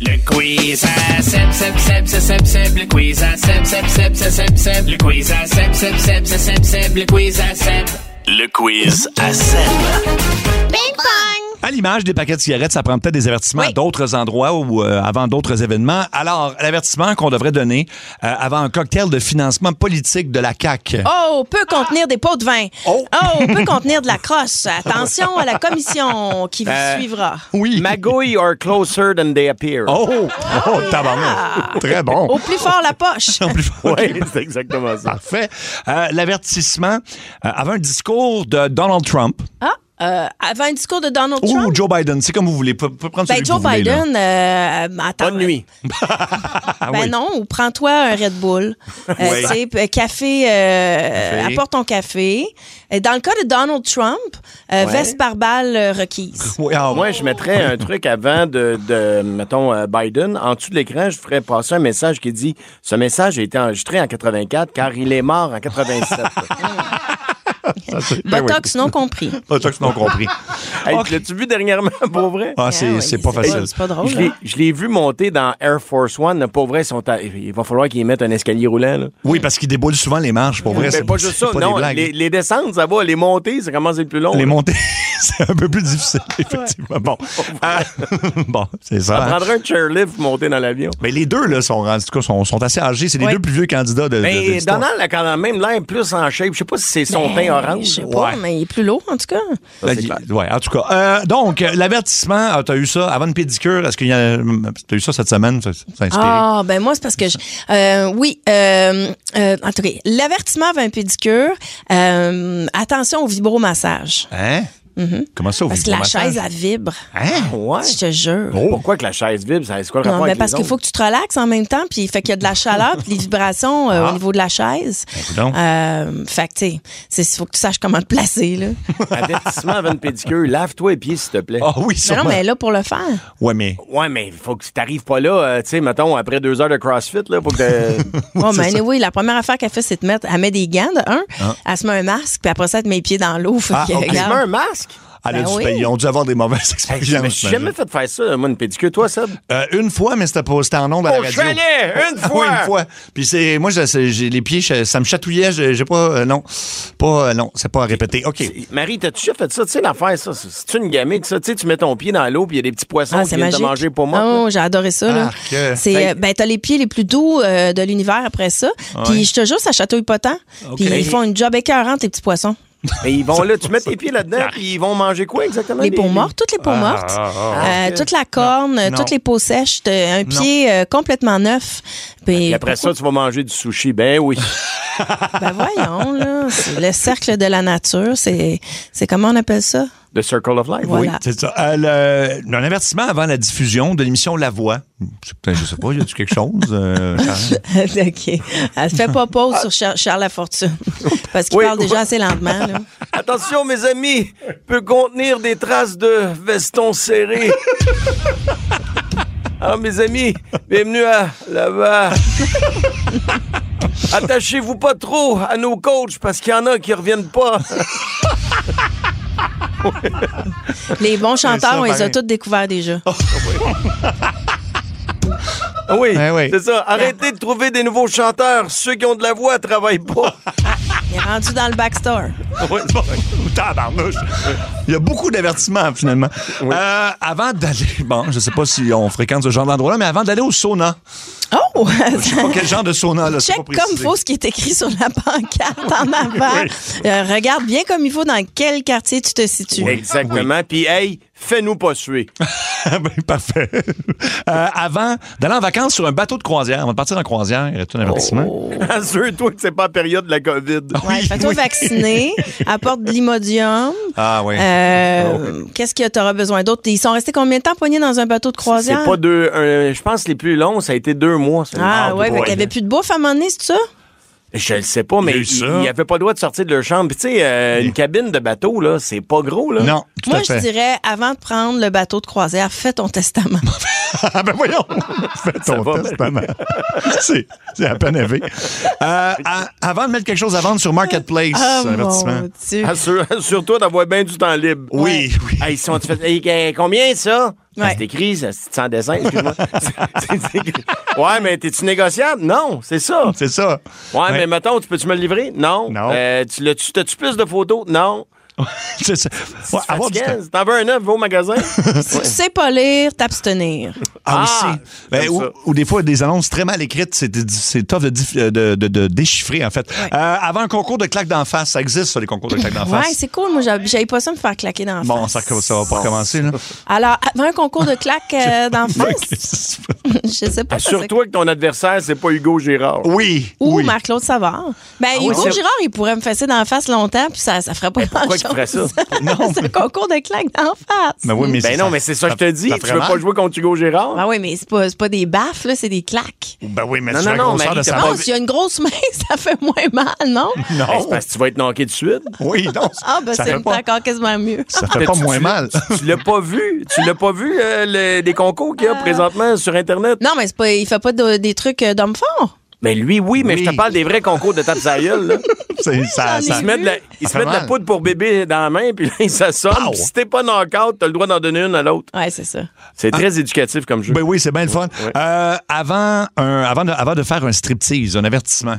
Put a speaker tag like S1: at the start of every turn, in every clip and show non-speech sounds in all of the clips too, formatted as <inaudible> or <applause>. S1: Le quiz à Seb, Seb, Seb, Seb, Seb, Seb, le quiz à Seb, Seb, Seb, Seb, Seb, Seb, le quiz à Seb, Seb, Seb, Seb, Seb, Seb, le quiz à Seb.
S2: Le quiz à Seb.
S3: À l'image des paquets de cigarettes, ça prend peut-être des avertissements à d'autres endroits ou euh, avant d'autres événements. Alors, l'avertissement qu'on devrait donner euh, avant un cocktail de financement politique de la CAQ.
S4: Oh, peut contenir des pots de vin.
S3: Oh.
S4: peut contenir de la crosse. Attention à la commission qui vous
S5: Euh,
S4: suivra.
S3: Oui.
S5: Magouilles are closer than they appear.
S3: Oh, oh,
S4: Ah!
S3: tabarnak. Très bon.
S4: Au plus fort, la poche.
S3: En plus,
S5: <laughs>
S3: <laughs>
S5: Oui, c'est exactement ça.
S3: Parfait. Euh, L'avertissement euh, avant un discours de Donald Trump
S4: Ah, euh, avant un discours de Donald
S3: ou
S4: Trump.
S3: Joe Biden, c'est comme vous voulez. Vous pouvez prendre
S4: Ben,
S3: celui que
S4: Joe
S3: vous voulez, là.
S4: Biden, euh, attends.
S5: Bonne
S4: <laughs>
S5: nuit.
S3: Ah
S4: Ben
S3: oui.
S4: non, ou prends-toi un Red
S3: <laughs>
S4: Bull. Euh,
S3: Oui.
S4: tu sais, p- café, euh,
S3: Café.
S4: apporte ton café. Et Dans le cas de Donald Trump, euh, veste par balle euh, requise.
S3: Oui, ah,
S5: Moi, je mettrais un truc avant de, de, mettons, euh, Biden. En dessous de l'écran, je ferais passer un message qui dit « Ce message a été enregistré en 84 car il est mort
S3: <laughs>
S5: en 87.
S3: ça, c'est- <laughs> ben oui.
S4: Botox non compris.
S3: Botox non compris.
S5: Hey,
S3: Ok.
S5: L'as-tu vu dernièrement, <laughs> pour vrai?
S3: Ah, c'est
S4: Ah oui,
S3: c'est pas facile.
S4: C'est pas drôle.
S5: Je l'ai-
S4: hein?
S5: Je l'ai vu monter dans Air Force One. Pour vrai, ils sont à- il va falloir qu'ils mettent un escalier roulant. Là.
S3: Oui, parce qu'il déboule souvent les marches, pour vrai.
S5: Mais
S3: c'est
S5: Ben, pas juste ça,
S3: c'est pas des
S5: non.
S3: blagues.
S5: Les, les descentes, ça va. Les montées, ça commence à être plus long.
S3: Les montées, <laughs> c'est un peu plus difficile, effectivement.
S5: <laughs>
S3: Bon, Ah, <laughs> bon c'est
S5: ça
S3: ça. hein.
S5: prendrait un chairlift pour monter dans l'avion.
S3: Mais les deux, là, sont, en tout cas, sont, sont assez âgés. C'est les
S4: Oui.
S3: deux plus vieux candidats de, de- de
S5: Mais
S3: l'histoire.
S5: Ben, Donald a quand même l'air plus en shape. Je sais pas si c'est son teint
S4: Ben, Je
S5: orange.
S4: sais pas, mais il est plus lourd, en tout cas.
S3: Ben, il- ouais, en tout cas. Euh, donc, euh, l'avertissement, ah, t'as eu ça avant une pédicure. Est-ce qu'il y a. euh, T'as eu ça cette semaine? Ça, ça a inspiré.
S4: Ah, ben moi, c'est parce que... Je, euh, oui, euh, euh, en tout cas, l'avertissement avait un pédicure. Euh, attention au vibromassage.
S3: Hein? Comment ça, au
S4: Mm-hmm. Parce que la
S3: vibromassage?
S4: chaise, elle vibre. Ah,
S3: Hein?
S5: Ouais.
S4: Je te jure.
S5: Pourquoi que la chaise vibre? Ça- C'est quoi le
S4: Non,
S5: rapport
S4: mais
S5: avec
S4: parce
S5: les
S4: qu'il faut
S5: ondes?
S4: que tu te relaxes en même temps, puis fait qu'il y a de la chaleur, puis des vibrations euh, au niveau de la chaise.
S3: coudonc.
S4: Euh, fait que, tu sais, c'est- faut que tu saches comment te placer, là.
S5: Avertissement avant une pédicure. Lave-toi les pieds, s'il te plaît.
S3: Ah oui,
S4: mais non,
S3: sûrement.
S4: mais là, pour le faire.
S3: Ouais, mais.
S5: Ouais, mais il faut que tu t'arrives pas là, euh, tu sais, mettons, après deux heures de CrossFit, là, faut que
S4: Oui, Oh, mais anyway, la première affaire qu'elle fait, c'est de mettre, elle met des gants de un, elle se met un masque, puis après ça, elle te met les pieds dans l'eau. Fait
S3: Ah,
S4: que,
S3: ok.
S5: tu mets
S4: regarde.
S5: un masque.
S3: Elle a
S4: Ben
S3: dû
S4: oui.
S3: payer. Ils ont dû avoir des mauvaises
S5: Hey,
S3: expériences.
S5: je me suis
S3: j'imagine.
S5: jamais fait faire ça, moi, une pédicure. Toi, ça,
S3: Euh, une fois, mais c'était, pas, c'était en ondes à la
S5: Au
S3: radio.
S5: chalet, Oh, une
S3: Ah <laughs> oui,
S5: fois.
S3: une fois. Puis c'est, moi, je- c'est- j'ai les pieds, je- ça me chatouillait. je- J'ai, pas, euh, non, pas, euh, non, c'est pas à répéter. Ok.
S5: Marie, t'as-tu déjà fait ça? Tu sais, l'affaire, ça, c'est- c'est une gamique, ça. Tu sais, tu mets ton pied dans l'eau, puis il y a des petits poissons
S4: Ah,
S5: qui
S4: c'est
S5: viennent te
S4: magique.
S5: manger pour moi.
S4: Non, j'ai adoré ça. là.
S3: Ah, que-
S4: C'est, euh, ben, t'as les pieds les plus doux euh, de l'univers après ça. Puis je te jure, ça chatouille pas tant. Puis ils font une job écœurante, tes petits poissons.
S5: Mais ils vont là, tu mets tes pieds là-dedans, puis ils vont manger quoi exactement?
S4: Les peaux mortes, toutes les peaux mortes.
S5: Ah,
S4: Euh, toute la corne, euh,
S3: Ah, Non.
S4: toutes les peaux sèches, t'as un pied euh, complètement neuf. Puis,
S5: Et après ça, tu vas manger du sushi. Ben oui.
S4: ben voyons, là, c'est le cercle de la nature, c'est c'est comment on appelle ça? <laughs>
S5: The Circle of Life.
S4: Voilà.
S3: Oui, c'est ça. Euh, le- un avertissement avant la diffusion de l'émission La Voix. Putain, je sais pas, y a-tu quelque chose? euh,
S5: <laughs>
S3: Charles?
S4: OK. Euh, Fais pas pause sur Char- Charles Lafortune, parce qu'il
S5: Oui,
S4: parle déjà
S5: oui.
S4: assez lentement. Là.
S5: Attention, mes amis, peut contenir des traces de veston serré. Alors, mes amis, bienvenue à là-bas. Attachez-vous pas trop à nos coachs parce qu'il y en a qui reviennent pas.
S4: Les bons chanteurs,
S3: ça,
S4: on les a
S3: pareil.
S4: tous découverts déjà.
S5: Ah Oui,
S3: Eh oui.
S5: c'est ça. Arrêtez de trouver des nouveaux chanteurs. Ceux qui ont de la voix travaillent pas.
S4: Il est rendu dans le backstore.
S3: Tabarnouche. Il y a beaucoup d'avertissements, finalement. Euh, avant d'aller. Bon, je sais pas si on fréquente ce genre d'endroit-là, mais avant d'aller au
S5: <laughs>
S3: sauna.
S4: Oh! <laughs>
S3: Je sais pas quel genre de sauna, là. c'est
S4: Check
S3: pas
S4: comme
S3: précisé.
S4: faut ce qui est écrit sur la pancarte
S3: <laughs>
S4: en avant. Euh, regarde bien comme il faut dans quel quartier tu te situes.
S5: Exactement. Puis, hey, Fais-nous pas suer.
S3: Ben, parfait. Euh, avant d'aller en vacances sur un bateau de croisière, avant de partir en croisière, tout un avertissement.
S5: <laughs> Assure-toi que c'est pas en période de la COVID.
S4: Oh. Ouais, Fais-toi
S3: <laughs>
S4: vacciner, apporte de l'imodium.
S3: Ah oui. Ah,
S4: Euh, Qu'est-ce que tu auras besoin d'autre? Ils sont restés combien de temps poignés dans un bateau de croisière?
S5: C'est pas deux. un- je pense que les plus longs, ça a été deux mois. c'est
S4: Ah
S5: une
S4: ouais,
S5: hâte,
S4: fait qu'il y avait plus de bouffe à un moment donné, c'est ça?
S5: Je le sais pas, mais
S3: Il y a eu
S5: ils
S3: ça.
S5: il avait pas le droit de sortir de leur chambre. Puis, tu sais, euh, une cabine de bateau, là, c'est pas gros, là.
S3: Non, tout
S4: Moi,
S3: à
S4: je
S3: fait.
S4: dirais, avant de prendre le bateau de croisière, fais ton testament.
S3: Ah ben
S4: <laughs>
S3: voyons, fais ton
S5: va, ben.
S3: testament. <laughs> c'est, c'est à peine élevé. Euh, à- avant de mettre quelque chose à vendre sur Marketplace,
S4: Ah,
S3: un avertissement. Ah,
S4: mon Dieu.
S5: <laughs> Assure- Assure-toi d'avoir bien du temps libre.
S3: Oui, oui.
S5: Hey, si on te fait. Hey, hey, combien ça?
S4: Ouais.
S5: Ah, C'est écrit, ça, c'est sans dessin, excuse-moi. <laughs> C'est- c'est écrit. ouais, mais t'es-tu négociable? Non, c'est ça.
S3: C'est ça.
S5: Ouais, mais mettons, tu peux-tu me le livrer? Non.
S3: Non.
S5: Euh, tu l'as- tu- T'as-tu plus de photos? Non.
S3: C'est ça. Ouais,
S5: Tu
S3: avoir du temps.
S5: fatigues? T'en veux un neuf, va au
S3: <laughs>
S5: magasin?
S4: Si tu sais pas lire, t'abstenir.
S3: Ah,
S5: Ah,
S3: aussi. Ben,
S5: comme
S3: ou,
S5: ça.
S3: ou des fois, des annonces très mal écrites, c'est, c'est tough de, dif- euh, de- de- de déchiffrer, en fait. Euh, avant un concours de claques d'en face, ça existe, ça, les concours de claques d'en
S4: Ouais,
S3: face.
S4: c'est cool. Moi, j'avais j'avais pas ça me faire claquer dans la
S3: Bon,
S4: face.
S3: ça, ça va pas recommencer, là.
S4: Alors, avant un concours de claques
S3: <laughs>
S4: euh, dans la face, <laughs> je sais pas.
S5: Assure-toi que ton adversaire, c'est pas Hugo Girard.
S3: Oui,
S4: Ou
S3: oui.
S4: Marc-Claude Savard. Ben, Hugo
S5: Ah c'est- Ben,
S4: Girard, il pourrait me fesser dans la face longtemps, puis ça, ça ferait pas
S5: pourquoi
S4: grand-chose.
S5: qu'il ferait ça?
S4: <laughs> c'est un concours de claques dans la face.
S3: Ben oui, mais
S5: Ben non, mais c'est ça que je te dis.
S3: ça
S5: Tu
S3: ferait
S5: veux
S3: mal.
S5: pas jouer contre Hugo Girard?
S3: Ah,
S4: Ben oui, mais c'est pas, c'est pas des baffes, là, c'est des claques.
S3: Ben oui, mais
S5: Non,
S3: c'est
S5: non,
S3: la
S5: non,
S3: grosseur
S5: Marie,
S3: de
S5: t'as
S3: sa
S5: pas-
S4: Oh, s'il y a une grosse main, <laughs> ça fait moins mal, non?
S5: Ben,
S3: oh!
S5: c'est parce que tu vas être knocké de suite.
S3: Oui, non.
S4: Ah, ben
S3: ça
S4: c'est
S3: fait pas,
S4: encore quasiment mieux.
S3: ça fait
S5: <laughs>
S3: pas
S5: Tu-
S3: moins
S5: tu-
S3: mal.
S5: Tu l'as pas vu. Tu l'as pas vu, euh, le- les concours qu'il y a
S3: Ah.
S5: présentement sur Internet.
S4: Non, mais c'est pas, il fait pas de- des trucs euh, d'homme fort.
S5: Mais lui, oui, mais
S3: Oui.
S5: je te parle des vrais concours de tape sa gueule,
S3: <laughs>
S5: là.
S3: <laughs> C'est- ça,
S4: j'en ai
S3: ça-
S5: Il se met de la, il
S3: Ça fait
S5: se met de la
S3: mal.
S5: poudre pour bébé dans la main, puis là, il s'assomme.
S3: Pow!
S5: Puis Si t'es pas knock-out, t'as le droit d'en donner une à l'autre.
S4: Ouais, c'est ça.
S5: C'est très éducatif comme jeu.
S3: Ah. Ben oui, c'est bien le fun. Euh, avant, un- avant, de, avant de faire un striptease, un avertissement,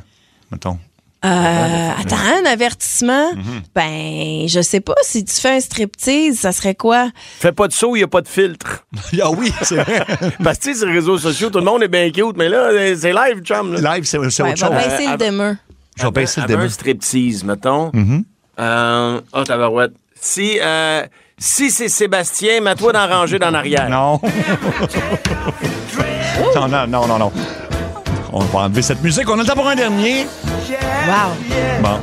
S3: mettons.
S4: Euh, attends, un avertissement?
S3: Mhm.
S4: Ben, je sais pas. Si tu fais un striptease, ça serait quoi?
S5: Fais pas de saut, il n'y a pas
S3: <laughs>
S5: de filtre.
S3: Ah oui, c'est vrai.
S5: Parce que, tu sais, sur les réseaux sociaux, tout le monde est bien cute, mais là, euh, c'est live, chum. là.
S3: Live, c'est c'est
S4: Ouais, ben,
S3: autre
S4: va
S3: chose. Euh,
S4: baisser le demeure.
S3: Je vais baisser le
S5: Avant
S3: débat.
S5: un striptease, mettons.
S3: Mm-hmm.
S5: Euh, oh, tabarouette. Si, euh, si c'est Sébastien, mets-toi dans la rangée d'en arrière.
S3: Non. <laughs> non, non, non, non, non. On va enlever cette musique. On a le temps pour un dernier.
S4: Wow.
S3: Bon.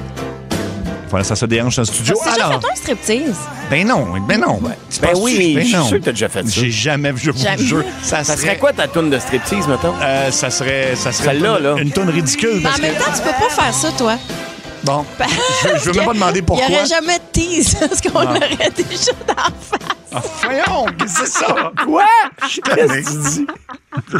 S3: Voilà, ça se déhanche dans le studio.
S4: C'est déjà
S3: Alors,
S4: fait un striptease?
S3: ben non, ben non. Ben, tu
S5: Ben
S3: penses-tu?
S5: oui,
S3: Ben
S5: je suis
S3: non.
S5: sûr que t'as déjà fait ça.
S3: J'ai jamais vu
S4: Jamais.
S3: le jeu. Ça,
S5: Ça serait quoi ta toune de striptease,
S3: <laughs>
S5: mettons?
S3: Euh, ça serait, ça serait
S5: Celle-là,
S3: une,
S5: là.
S3: une toune ridicule.
S4: Mais en
S3: parce
S4: même
S3: que-
S4: temps, tu peux pas faire ça, toi.
S3: bon, je, je veux même pas demander
S4: Il
S3: pourquoi.
S4: n'y aurait jamais de tease <laughs> parce qu'on aurait déjà d'en face.
S3: Ah, voyons, qu'est-ce que c'est ça?
S5: <laughs> Quoi?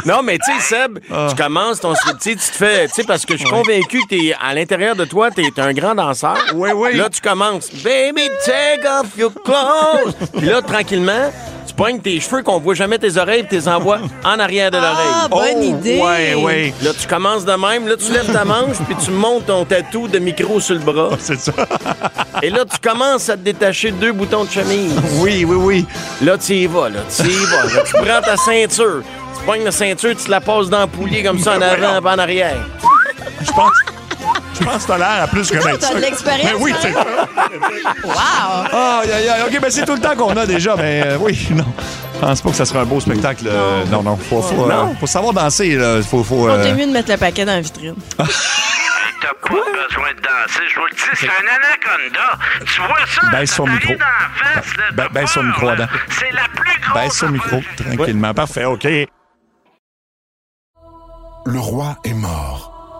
S5: Non, mais tu sais, Seb,
S3: Ah.
S5: tu commences ton striptease, tu te fais. Tu sais, parce que je suis convaincu que t'es à l'intérieur de toi, t'es un grand danseur.
S3: Oui, oui.
S5: Là, tu commences. Baby, take off your clothes. Puis là, tranquillement, tu pognes tes cheveux qu'on voit jamais tes oreilles, puis tes envoies en arrière de
S4: Ah,
S5: l'oreille.
S4: bonne
S3: Oh,
S4: idée.
S3: Ouais, ouais.
S5: Là, tu commences de même, là, tu lèves ta manche, puis tu montes ton tatou de micro sur le bras.
S3: C'est ça.
S5: Et là, tu commences à te détacher deux boutons de chemise.
S3: Oui, oui, oui.
S5: Là, tu y vas, là, tu y vas. Là, tu prends ta ceinture. Tu pognes la ceinture, tu te la passes dans le poulier comme ça en avant, pas en arrière.
S3: Je pense. Je pense que t'as l'air à plus que
S4: T'as de l'expérience, hein?
S3: Ben oui, c'est
S4: Wow.
S3: Ah, aïe, aïe, aïe. OK, ben c'est tout le temps qu'on a déjà. Mais euh, oui, non. Je pense pas que ça sera un beau spectacle. euh, non, non. Faut, faut, euh, faut savoir danser. Là. Faut, faut,
S4: On
S3: euh,
S4: mieux de mettre le paquet dans la vitrine.
S6: T'as pas besoin de danser, je vous le dis, c'est un anaconda. Tu vois ça?
S3: Baisse
S6: ça
S3: son
S6: t'arrive
S3: micro.
S6: dans la face, là,
S3: Ba-
S6: t'as
S3: baisse son
S6: peur,
S3: micro,
S6: là.
S3: Adam.
S6: C'est la plus grosse.
S3: baisse son micro
S6: affaire.
S3: tranquillement. Parfait, OK.
S7: Le roi est mort,